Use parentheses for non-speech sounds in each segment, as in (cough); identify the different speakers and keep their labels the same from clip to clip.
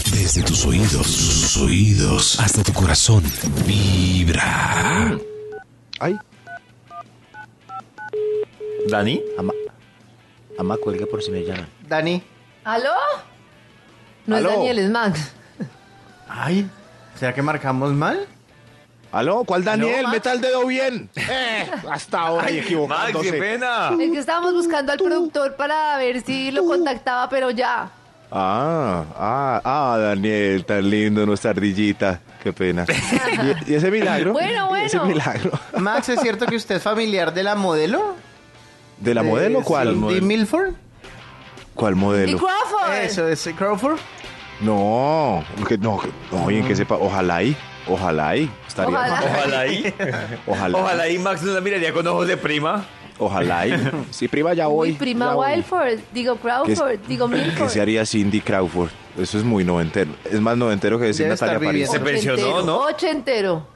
Speaker 1: Desde tus oídos, sus oídos, hasta tu corazón. Vibra.
Speaker 2: Ay,
Speaker 3: ¿Dani?
Speaker 2: ama, ama, cuelga por si me llaman.
Speaker 3: ¿Dani?
Speaker 4: ¿Aló? No
Speaker 3: ¿Aló?
Speaker 4: es Daniel, es Max.
Speaker 3: Ay, ¿será que marcamos mal?
Speaker 2: ¿Aló? ¿Cuál Daniel?
Speaker 4: Max.
Speaker 2: Meta el dedo
Speaker 4: (laughs)
Speaker 2: bien. Eh, hasta ahora y equivocándose.
Speaker 3: pena!
Speaker 4: Es que estábamos buscando al productor para ver si lo contactaba, pero ya.
Speaker 2: Ah, ah, ah, Daniel, tan lindo nuestra ardillita. Qué
Speaker 4: (laughs)
Speaker 2: pena. ¿Y, y ese milagro?
Speaker 4: Bueno,
Speaker 2: ¿Y ese
Speaker 4: bueno.
Speaker 2: milagro.
Speaker 3: Max, ¿es cierto que usted es familiar de la modelo?
Speaker 2: ¿De la
Speaker 3: ¿De
Speaker 2: modelo cuál?
Speaker 3: Cindy Milford?
Speaker 2: ¿Cuál
Speaker 4: ¡Y
Speaker 2: modelo?
Speaker 4: Crawford!
Speaker 3: Eso, es Crawford.
Speaker 2: No, que no, que- no, oye, que sepa, ojalá y, ojalá y, estaría,
Speaker 4: Ojalá.
Speaker 5: Ojalá ahí.
Speaker 2: ojalá,
Speaker 5: Ojalá ahí Max no la miraría con ojos de prima. (laughs)
Speaker 2: ojalá y, sí, prima, ya voy,
Speaker 4: (laughs) Mi prima
Speaker 2: ya voy.
Speaker 4: Wildford, digo Crawford, digo
Speaker 2: ¿Qué se
Speaker 4: Milford.
Speaker 2: haría Cindy Crawford? Eso es muy noventero, es más noventero que decir
Speaker 3: Debe
Speaker 2: Natalia
Speaker 3: estar
Speaker 2: París,
Speaker 3: viviendo.
Speaker 5: Se pensionó, ¿no?
Speaker 4: Ochentero.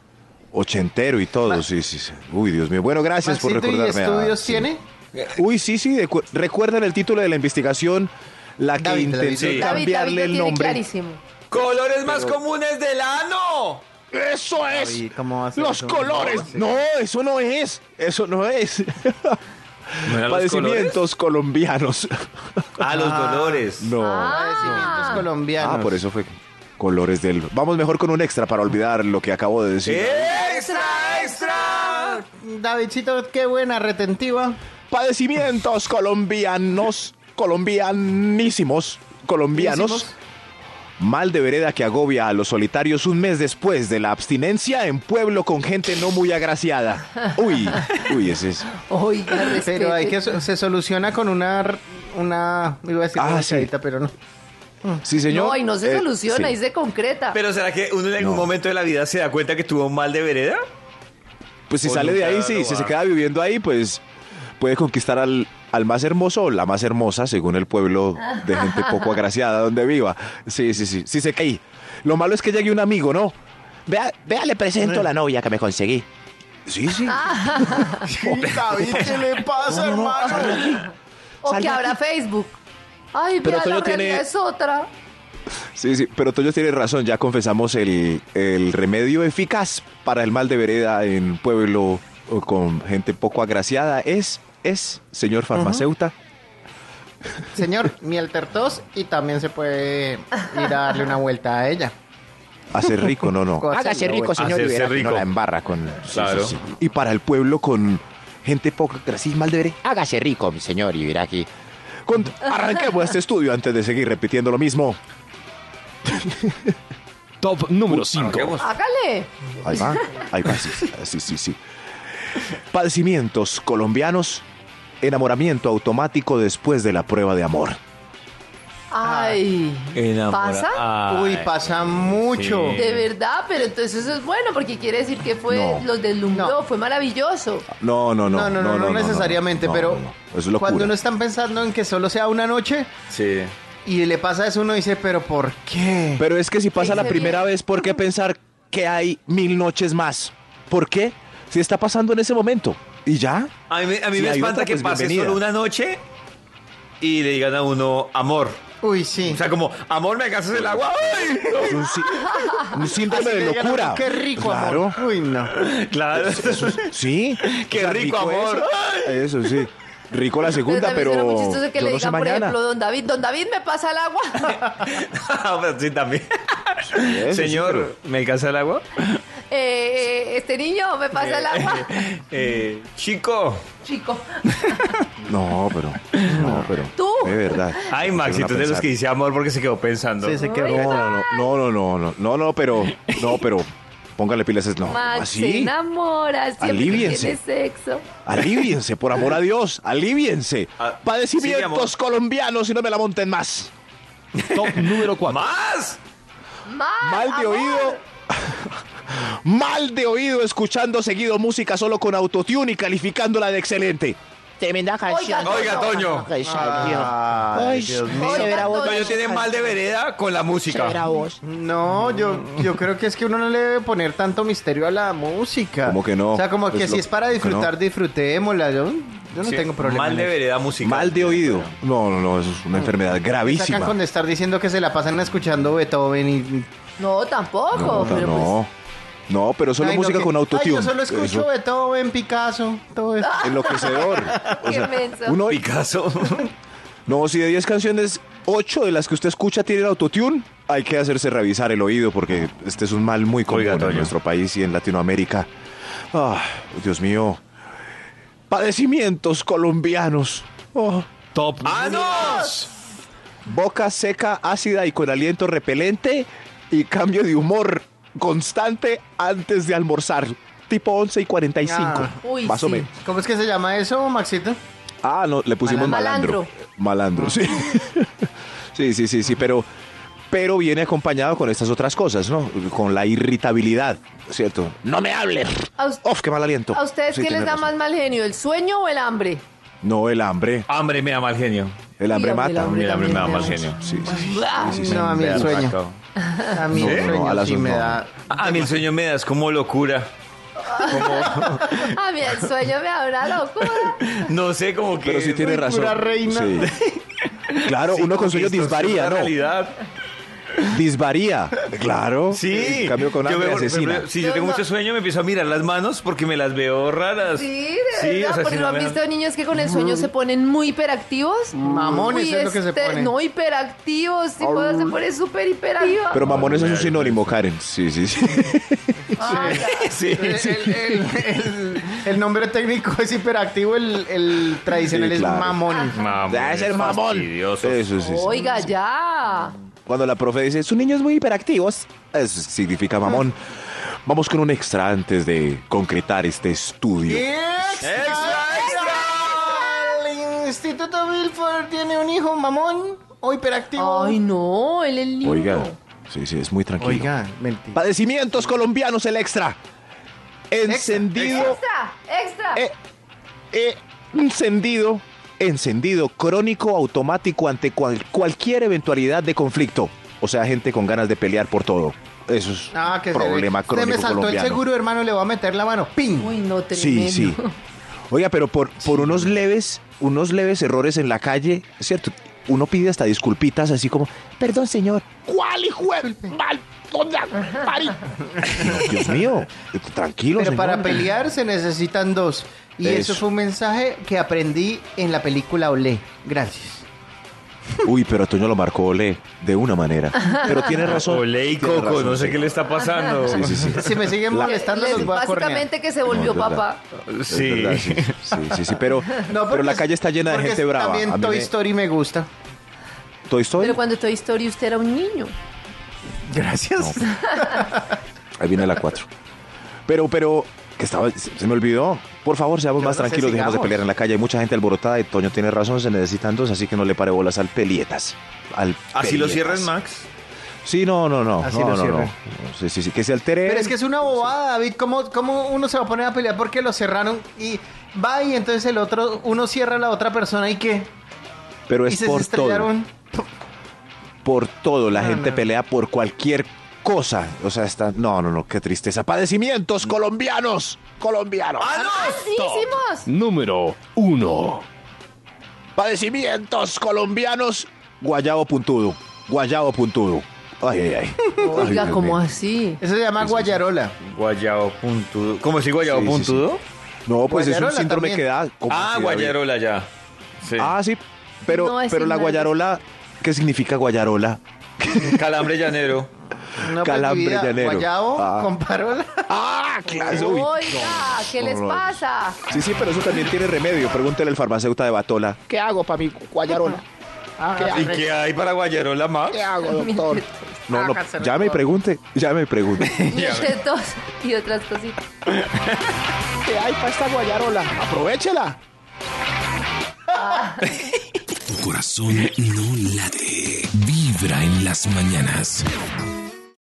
Speaker 2: ochentero y todo, sí, sí, sí, uy, Dios mío, bueno, gracias por
Speaker 3: Maxito,
Speaker 2: recordarme.
Speaker 3: ¿Y
Speaker 2: a-
Speaker 3: estudios
Speaker 2: sí.
Speaker 3: tiene?
Speaker 2: Uy, sí, sí, de cu- recuerdan el título de la investigación, la que
Speaker 3: David,
Speaker 2: intenté
Speaker 3: David,
Speaker 4: David,
Speaker 2: cambiarle
Speaker 4: David lo
Speaker 2: el
Speaker 4: tiene
Speaker 2: nombre.
Speaker 4: clarísimo.
Speaker 5: ¡Colores más comunes del ano!
Speaker 2: Eso es.
Speaker 3: Ay, ¿cómo va a ser
Speaker 2: los
Speaker 3: eso?
Speaker 2: colores. No, eso no es. Eso no es.
Speaker 5: ¿No eran
Speaker 2: (laughs)
Speaker 5: los
Speaker 2: Padecimientos colombianos.
Speaker 5: colores? Ah, los colores.
Speaker 2: No.
Speaker 3: Padecimientos
Speaker 4: Ah,
Speaker 3: colombiaanos.
Speaker 2: Ah, por eso fue colores del. Vamos mejor con un extra para olvidar lo que acabo de decir.
Speaker 5: ¡Extra, extra!
Speaker 3: Davidcito, qué buena retentiva.
Speaker 2: Padecimientos (laughs) colombianos, colombianísimos, colombianos.
Speaker 3: Mísimos.
Speaker 2: Mal de vereda que agobia a los solitarios un mes después de la abstinencia en pueblo con gente no muy agraciada. Uy, uy, ese es.
Speaker 4: Oiga, respete.
Speaker 3: Pero hay que se soluciona con una r- una iba a decir
Speaker 2: Ah,
Speaker 3: una
Speaker 2: sí.
Speaker 3: chadita,
Speaker 2: (laughs)
Speaker 3: pero no.
Speaker 2: Sí, señor.
Speaker 4: No, y no se
Speaker 2: Eh,
Speaker 4: soluciona,
Speaker 2: sí.
Speaker 4: y se concreta.
Speaker 5: Pero ¿será que uno en algún
Speaker 2: No.
Speaker 5: momento de la vida se da cuenta que tuvo un mal de vereda?
Speaker 2: Pues si
Speaker 5: O
Speaker 2: sale de
Speaker 5: nunca
Speaker 2: ahí,
Speaker 5: lo
Speaker 2: sí, si
Speaker 5: va.
Speaker 2: se queda viviendo ahí, pues puede conquistar al, al más hermoso o la más hermosa, según el pueblo de gente poco agraciada donde viva. Sí, sí, sí, sí se cae. Lo malo es que llegue un amigo, ¿no? Vea, vea le presento la novia que me conseguí. Sí, sí.
Speaker 3: David, ¿qué le pasa, hermano?
Speaker 4: o que
Speaker 2: salga
Speaker 4: habrá Facebook. Ay,
Speaker 2: Pero
Speaker 4: pero la
Speaker 2: Toño
Speaker 4: realidad
Speaker 2: tiene-
Speaker 4: es otra.
Speaker 2: Sí, sí, pero Toño tiene razón, ya confesamos el, el remedio eficaz para el mal de vereda en pueblo o con gente poco agraciada es, es, señor farmacéuta,
Speaker 3: Señor, miel tertos y también se puede ir a darle una vuelta a ella.
Speaker 2: Hacer rico, no, no.
Speaker 3: Hacerlo,
Speaker 2: Hágase rico,
Speaker 3: bueno.
Speaker 2: señor.
Speaker 5: Hacerse
Speaker 2: y verá que
Speaker 5: Ah, rico.
Speaker 2: No la embarra con. sí,
Speaker 5: Claro.
Speaker 2: sí, sí. Y para el pueblo con gente poco así mal de ver.
Speaker 6: Hágase rico, mi señor, y verá aquí.
Speaker 2: Con- Arranquemos este estudio antes de seguir repitiendo lo mismo.
Speaker 1: Top número 5.
Speaker 4: Hágale.
Speaker 2: Ahí va, ahí va, sí, sí, sí, sí. Padecimientos colombianos, enamoramiento automático después de la prueba de amor. Ah.
Speaker 4: Ay. ¿Pasa?
Speaker 3: Uy, pasa mucho.
Speaker 4: De verdad, pero entonces eso es bueno porque quiere decir que fue
Speaker 2: Eh, No.
Speaker 4: los deslumbró,
Speaker 3: No.
Speaker 4: fue maravilloso.
Speaker 2: No, no, no.
Speaker 3: No, no, no, no, necesariamente,
Speaker 2: no,
Speaker 3: pero
Speaker 2: no, no. Es locura.
Speaker 3: cuando uno está pensando en que solo sea una noche
Speaker 5: Sí.
Speaker 3: y le pasa eso, uno dice, pero ¿por qué?
Speaker 2: Pero es que si pasa la
Speaker 4: Dice
Speaker 2: primera
Speaker 4: bien.
Speaker 2: vez, ¿por qué pensar que hay mil noches más? ¿Por qué? Si está pasando en ese momento. ¿Y ya?
Speaker 5: A mí, me- a mí
Speaker 2: Si
Speaker 5: me
Speaker 2: hay
Speaker 5: espanta
Speaker 2: otra,
Speaker 5: que
Speaker 2: pues,
Speaker 5: pase
Speaker 2: bienvenida.
Speaker 5: solo una noche y le digan a uno amor.
Speaker 3: Uy, sí.
Speaker 5: O sea, como, amor, me alcanzas el agua. ¡Ay!
Speaker 2: (laughs) Es un, sí- un síndrome
Speaker 3: Así
Speaker 2: de
Speaker 3: le digan a uno,
Speaker 2: locura.
Speaker 3: Qué rico,
Speaker 2: claro.
Speaker 3: amor. Uy, no.
Speaker 5: Claro. (laughs)
Speaker 3: (laughs)
Speaker 2: Sí.
Speaker 5: Qué rico, amor.
Speaker 2: Eso. Eso, sí. Rico la segunda,
Speaker 4: también
Speaker 2: pero.
Speaker 4: suena muy chistoso que
Speaker 2: yo
Speaker 4: le
Speaker 2: no sé
Speaker 4: digan, por
Speaker 2: mañana.
Speaker 4: ejemplo, don David, don David me pasa el agua. (laughs)
Speaker 5: Pero sí, también.
Speaker 2: Eso sí,
Speaker 5: Señor, ¿me alcanza el agua?
Speaker 4: Eh, eh, este niño me pasa el agua.
Speaker 5: (laughs) Eh, chico.
Speaker 4: (laughs) Chico.
Speaker 2: pero- No, pero. No, pero.
Speaker 4: Tú.
Speaker 2: De verdad.
Speaker 5: Ay, Max,
Speaker 2: Empezaron a
Speaker 5: tú de los
Speaker 2: pensar.
Speaker 5: que dice amor porque se quedó pensando.
Speaker 3: Sí, se quedó.
Speaker 2: No, no, no, no, no, no, no, no, no, pero. No, pero. Póngale pilas. es- No,
Speaker 4: Max se
Speaker 2: así.
Speaker 4: enamora, siempre
Speaker 2: Aliviense.
Speaker 4: que tiene sexo.
Speaker 2: Aliviense, por amor a Dios, aliviense.
Speaker 5: Ah, sí, mi amor.
Speaker 2: Padecimientos colombianos y no me la monten más.
Speaker 1: Top número 4.
Speaker 5: ¡Más!
Speaker 4: Mal,
Speaker 2: Mal de (laughs)
Speaker 4: amor.
Speaker 2: oído. Mal de oído escuchando seguido música solo con autotune y calificándola de excelente.
Speaker 6: Tremenda canción.
Speaker 5: Oiga, Toño.
Speaker 6: Ay,
Speaker 3: Ay, Dios mío.
Speaker 6: Se verá vos.
Speaker 5: Toño tiene mal de vereda con la
Speaker 6: Se
Speaker 5: música.
Speaker 6: verá vos.
Speaker 3: No, yo, yo creo que es que uno no le debe poner tanto misterio a la música.
Speaker 2: ¿Cómo que no?
Speaker 3: O sea, como
Speaker 2: Pues
Speaker 3: que
Speaker 2: lo-
Speaker 3: si es para
Speaker 2: que
Speaker 3: disfrutar,
Speaker 2: no.
Speaker 3: disfrutémosla. Yo, yo no
Speaker 5: Sí,
Speaker 3: tengo problema.
Speaker 5: Mal
Speaker 3: en
Speaker 5: de
Speaker 3: eso.
Speaker 5: vereda musical.
Speaker 2: Mal de oído. No, no, no, eso es una enfermedad
Speaker 3: Mm. Sacan
Speaker 2: gravísima.
Speaker 3: con estar diciendo que se la pasan escuchando Beethoven y...
Speaker 4: No, tampoco.
Speaker 2: No,
Speaker 4: pero pues-
Speaker 2: no. No, pero solo
Speaker 3: Ay, no,
Speaker 2: música
Speaker 3: que-
Speaker 2: con autotune.
Speaker 3: Ay, yo solo escucho
Speaker 2: Eso,
Speaker 3: Beethoven, Picasso, todo eso. (laughs)
Speaker 2: enloquecedor. O
Speaker 4: Qué
Speaker 2: sea,
Speaker 4: menso.
Speaker 2: uno, (laughs)
Speaker 5: Picasso.
Speaker 2: no, si de 10 canciones, 8 de las que usted escucha tienen autotune, hay que hacerse revisar el oído porque este es un mal muy común
Speaker 5: Oiga,
Speaker 2: en
Speaker 5: Toño.
Speaker 2: nuestro país y en Latinoamérica. Ah, Dios mío. Padecimientos colombianos. Oh.
Speaker 7: Top.
Speaker 5: ¡Ah, no!
Speaker 2: boca seca, ácida y con aliento repelente y cambio de humor constante antes de almorzar. Tipo 11 y 45.
Speaker 3: Ah,
Speaker 4: uy,
Speaker 2: más o
Speaker 4: sí.
Speaker 2: menos.
Speaker 3: ¿Cómo es que se llama eso, Maxito?
Speaker 2: Ah, no, le pusimos malandro.
Speaker 4: Malandro. Ah.
Speaker 2: Malandro, sí. sí, (laughs) sí, sí, sí, pero, pero viene acompañado con estas otras cosas, ¿no? Con la irritabilidad, ¿cierto? No me hables.
Speaker 4: pues, ¿A, us-
Speaker 2: ¡Uf, qué mal aliento!
Speaker 4: a ustedes
Speaker 2: Oh, Sí,
Speaker 4: qué
Speaker 2: tiene
Speaker 4: les da
Speaker 2: razón.
Speaker 4: más mal genio, el sueño o el hambre?
Speaker 2: No, el hambre.
Speaker 5: Hambre me da mal genio.
Speaker 2: El hambre
Speaker 4: Sí,
Speaker 2: mata.
Speaker 5: El hambre me da mal
Speaker 4: también.
Speaker 5: genio.
Speaker 2: Sí, sí, sí.
Speaker 4: Ah,
Speaker 2: Sí, sí, sí.
Speaker 3: No, a mí el sueño.
Speaker 5: Berraco.
Speaker 3: A mí
Speaker 2: No,
Speaker 3: el
Speaker 2: no,
Speaker 3: sueño
Speaker 2: a las
Speaker 3: sí
Speaker 2: dos
Speaker 3: me
Speaker 2: no.
Speaker 3: da...
Speaker 5: A mí el sueño me das como locura.
Speaker 4: (laughs)
Speaker 2: (laughs)
Speaker 4: A mí el sueño me da una locura.
Speaker 5: No sé, como que...
Speaker 2: Pero sí tiene razón.
Speaker 3: pura reina.
Speaker 2: Sí. Claro, uno con sueño disvaría,
Speaker 5: disparía,
Speaker 2: ¿no?
Speaker 5: realidad.
Speaker 2: Disvaría. Claro.
Speaker 5: Sí.
Speaker 2: En cambio con
Speaker 5: Yo
Speaker 2: hambre
Speaker 5: veo-
Speaker 2: asesina.
Speaker 5: Si yo
Speaker 4: No,
Speaker 5: tengo
Speaker 4: no.
Speaker 5: mucho sueño, me empiezo a mirar las manos porque me las veo
Speaker 2: Pues,
Speaker 5: raras.
Speaker 4: Sí, de verdad,
Speaker 5: o sea,
Speaker 4: porque
Speaker 5: si
Speaker 4: lo
Speaker 5: no
Speaker 4: han
Speaker 5: me dan-
Speaker 4: visto niños que con el sueño se ponen muy hiperactivos.
Speaker 3: Mamones
Speaker 4: Uy,
Speaker 3: es lo que se
Speaker 4: este-
Speaker 3: ponen.
Speaker 4: No, hiperactivos, sí, puedo- se pone súper hiperactiva.
Speaker 2: Pero pues, mamones es un sinónimo, Karen. Sí, sí, sí.
Speaker 4: Ay,
Speaker 2: (laughs)
Speaker 5: Sí,
Speaker 3: El,
Speaker 5: sí.
Speaker 3: el- el- el- el nombre técnico es hiperactivo, el, el tradicional
Speaker 2: Sí,
Speaker 3: es
Speaker 2: claro.
Speaker 3: mamón.
Speaker 4: Ah,
Speaker 5: Ah,
Speaker 2: (laughs) Debe ser mamón. Eso sí, sí.
Speaker 4: Oiga, ya.
Speaker 2: Cuando la profe dice, su niño es muy hiperactivo, es- eso significa mamón. Vamos con un extra antes de concretar este estudio.
Speaker 3: ¡Extra!
Speaker 5: ¡Extra, extra!
Speaker 3: El Instituto Milford tiene un hijo mamón o hiperactivo.
Speaker 4: Ay, no, él es lindo.
Speaker 2: Oiga, sí, sí, es muy tranquilo.
Speaker 3: Oiga, mentira.
Speaker 2: Padecimientos colombianos, el extra. Encendido.
Speaker 4: Extra, extra.
Speaker 2: eh, eh, encendido. Encendido crónico automático ante cual- cualquier eventualidad de conflicto. O sea, gente con ganas de pelear por todo. Eso es
Speaker 3: Ah, que se-
Speaker 2: problema
Speaker 3: se
Speaker 2: crónico
Speaker 3: me saltó
Speaker 2: colombiano.
Speaker 3: el seguro, hermano, le voy a meter la mano. ¡Ping!
Speaker 4: Uy, no, tremendo.
Speaker 2: Sí,
Speaker 4: (laughs)
Speaker 2: sí. Oiga, pero por, por unos leves, unos leves errores en la calle, ¿cierto? Uno pide hasta disculpitas así como, perdón señor, ¿cuál hijo de mal? ¿Dónde pari-?" No, Dios mío, tranquilo,
Speaker 3: Pero
Speaker 2: señor.
Speaker 3: para pelear se necesitan dos. Y eso.
Speaker 2: Eso.
Speaker 3: fue un mensaje que aprendí en la película Olé. Gracias.
Speaker 2: Uy, pero Toño lo marcó Ole de una manera. Pero tiene razón.
Speaker 5: Ole y
Speaker 2: tiene
Speaker 5: Coco,
Speaker 2: razón,
Speaker 5: no sé
Speaker 2: sí.
Speaker 5: qué le está
Speaker 2: (laughs)
Speaker 5: pasando.
Speaker 2: Sí, sí, sí.
Speaker 3: Si me siguen
Speaker 2: La-
Speaker 3: molestando,
Speaker 4: Les-
Speaker 3: los voy a cornear.
Speaker 4: básicamente que se volvió
Speaker 2: No, es verdad.
Speaker 4: papá.
Speaker 2: Es
Speaker 5: Sí.
Speaker 2: verdad, sí, sí, sí, sí, Pero, pero la calle está llena de
Speaker 3: porque
Speaker 2: gente brava.
Speaker 3: También
Speaker 2: A mí
Speaker 3: Toy
Speaker 2: me-
Speaker 3: Story me gusta.
Speaker 2: Toy Story.
Speaker 4: Pero cuando Toy Story usted era un niño.
Speaker 3: Gracias.
Speaker 2: Ahí viene la 4. Pero, pero, que estaba, se se me olvidó. Por favor, seamos
Speaker 3: Pero
Speaker 2: más
Speaker 3: no sé,
Speaker 2: tranquilos, dejemos de
Speaker 3: sigamos.
Speaker 2: pelear en la calle. Hay mucha gente alborotada y Toño tiene razón, se necesitan dos, así que no le pare bolas al pelietas. Al
Speaker 5: Así lo
Speaker 2: pelietas.
Speaker 5: cierran, Max.
Speaker 2: Sí, no, no, no.
Speaker 3: Así
Speaker 2: no, no,
Speaker 3: lo
Speaker 2: no.
Speaker 3: cierran.
Speaker 2: Sí, sí, sí, que se altere.
Speaker 3: Pero es que es una bobada, David. ¿Cómo, ¿Cómo uno se va a poner a pelear porque lo cerraron? Y va y entonces el otro, uno cierra a la otra persona y qué.
Speaker 2: Pero
Speaker 3: y
Speaker 2: es
Speaker 3: se
Speaker 2: por todo.
Speaker 3: estrellaron.
Speaker 2: Por todo. La
Speaker 3: No,
Speaker 2: gente
Speaker 3: no.
Speaker 2: pelea por cualquier cosa. O sea, está. No, no, no, qué tristeza. Padecimientos colombianos. Colombianos.
Speaker 3: Ah.
Speaker 4: ¡Hicimos!
Speaker 7: Número 1.
Speaker 2: Padecimientos colombianos. Guayabo puntudo. Guayabo puntudo. Ay, ay, ay. Ay,
Speaker 4: Oiga,
Speaker 2: Dios
Speaker 4: ¿cómo
Speaker 2: mío.
Speaker 4: así?
Speaker 3: Eso se llama
Speaker 2: Sí, sí, sí.
Speaker 3: guayarola.
Speaker 5: Guayabo puntudo. ¿Cómo si guayabo
Speaker 2: Sí, sí, sí.
Speaker 5: puntudo?
Speaker 2: No, pues es
Speaker 3: Guayarola
Speaker 2: un síndrome
Speaker 3: también.
Speaker 2: que da. como
Speaker 5: Ah,
Speaker 2: si da-
Speaker 5: guayarola ya. Sí.
Speaker 2: Ah, sí. Pero,
Speaker 4: No, es
Speaker 2: pero la
Speaker 4: ignorante.
Speaker 2: guayarola, ¿qué significa guayarola?
Speaker 5: Calambre llanero.
Speaker 3: Una
Speaker 2: Calambre
Speaker 3: prohibida.
Speaker 2: llanero.
Speaker 3: Guayabo
Speaker 2: Ah.
Speaker 3: con parola.
Speaker 2: Ah, claro. Uy.
Speaker 4: Oiga, ¿qué les
Speaker 2: horror.
Speaker 4: pasa?
Speaker 2: Sí, sí, pero eso también tiene remedio. Pregúntele al farmacéutico de Batola.
Speaker 6: ¿Qué hago para mi guayarola? ¿Qué
Speaker 5: ¿Y
Speaker 6: hago?
Speaker 5: qué hay para guayarola, Max?
Speaker 6: ¿Qué hago,
Speaker 3: (laughs)
Speaker 6: doctor?
Speaker 2: No, no,
Speaker 3: Hágaselo
Speaker 2: llame y
Speaker 3: todo.
Speaker 2: pregunte. Llame y (laughs) pregunte.
Speaker 4: Nietetos y otras cositas.
Speaker 6: ¿Qué hay para esta guayarola? Aprovechela.
Speaker 1: Tu corazón no late. Vibra en las mañanas.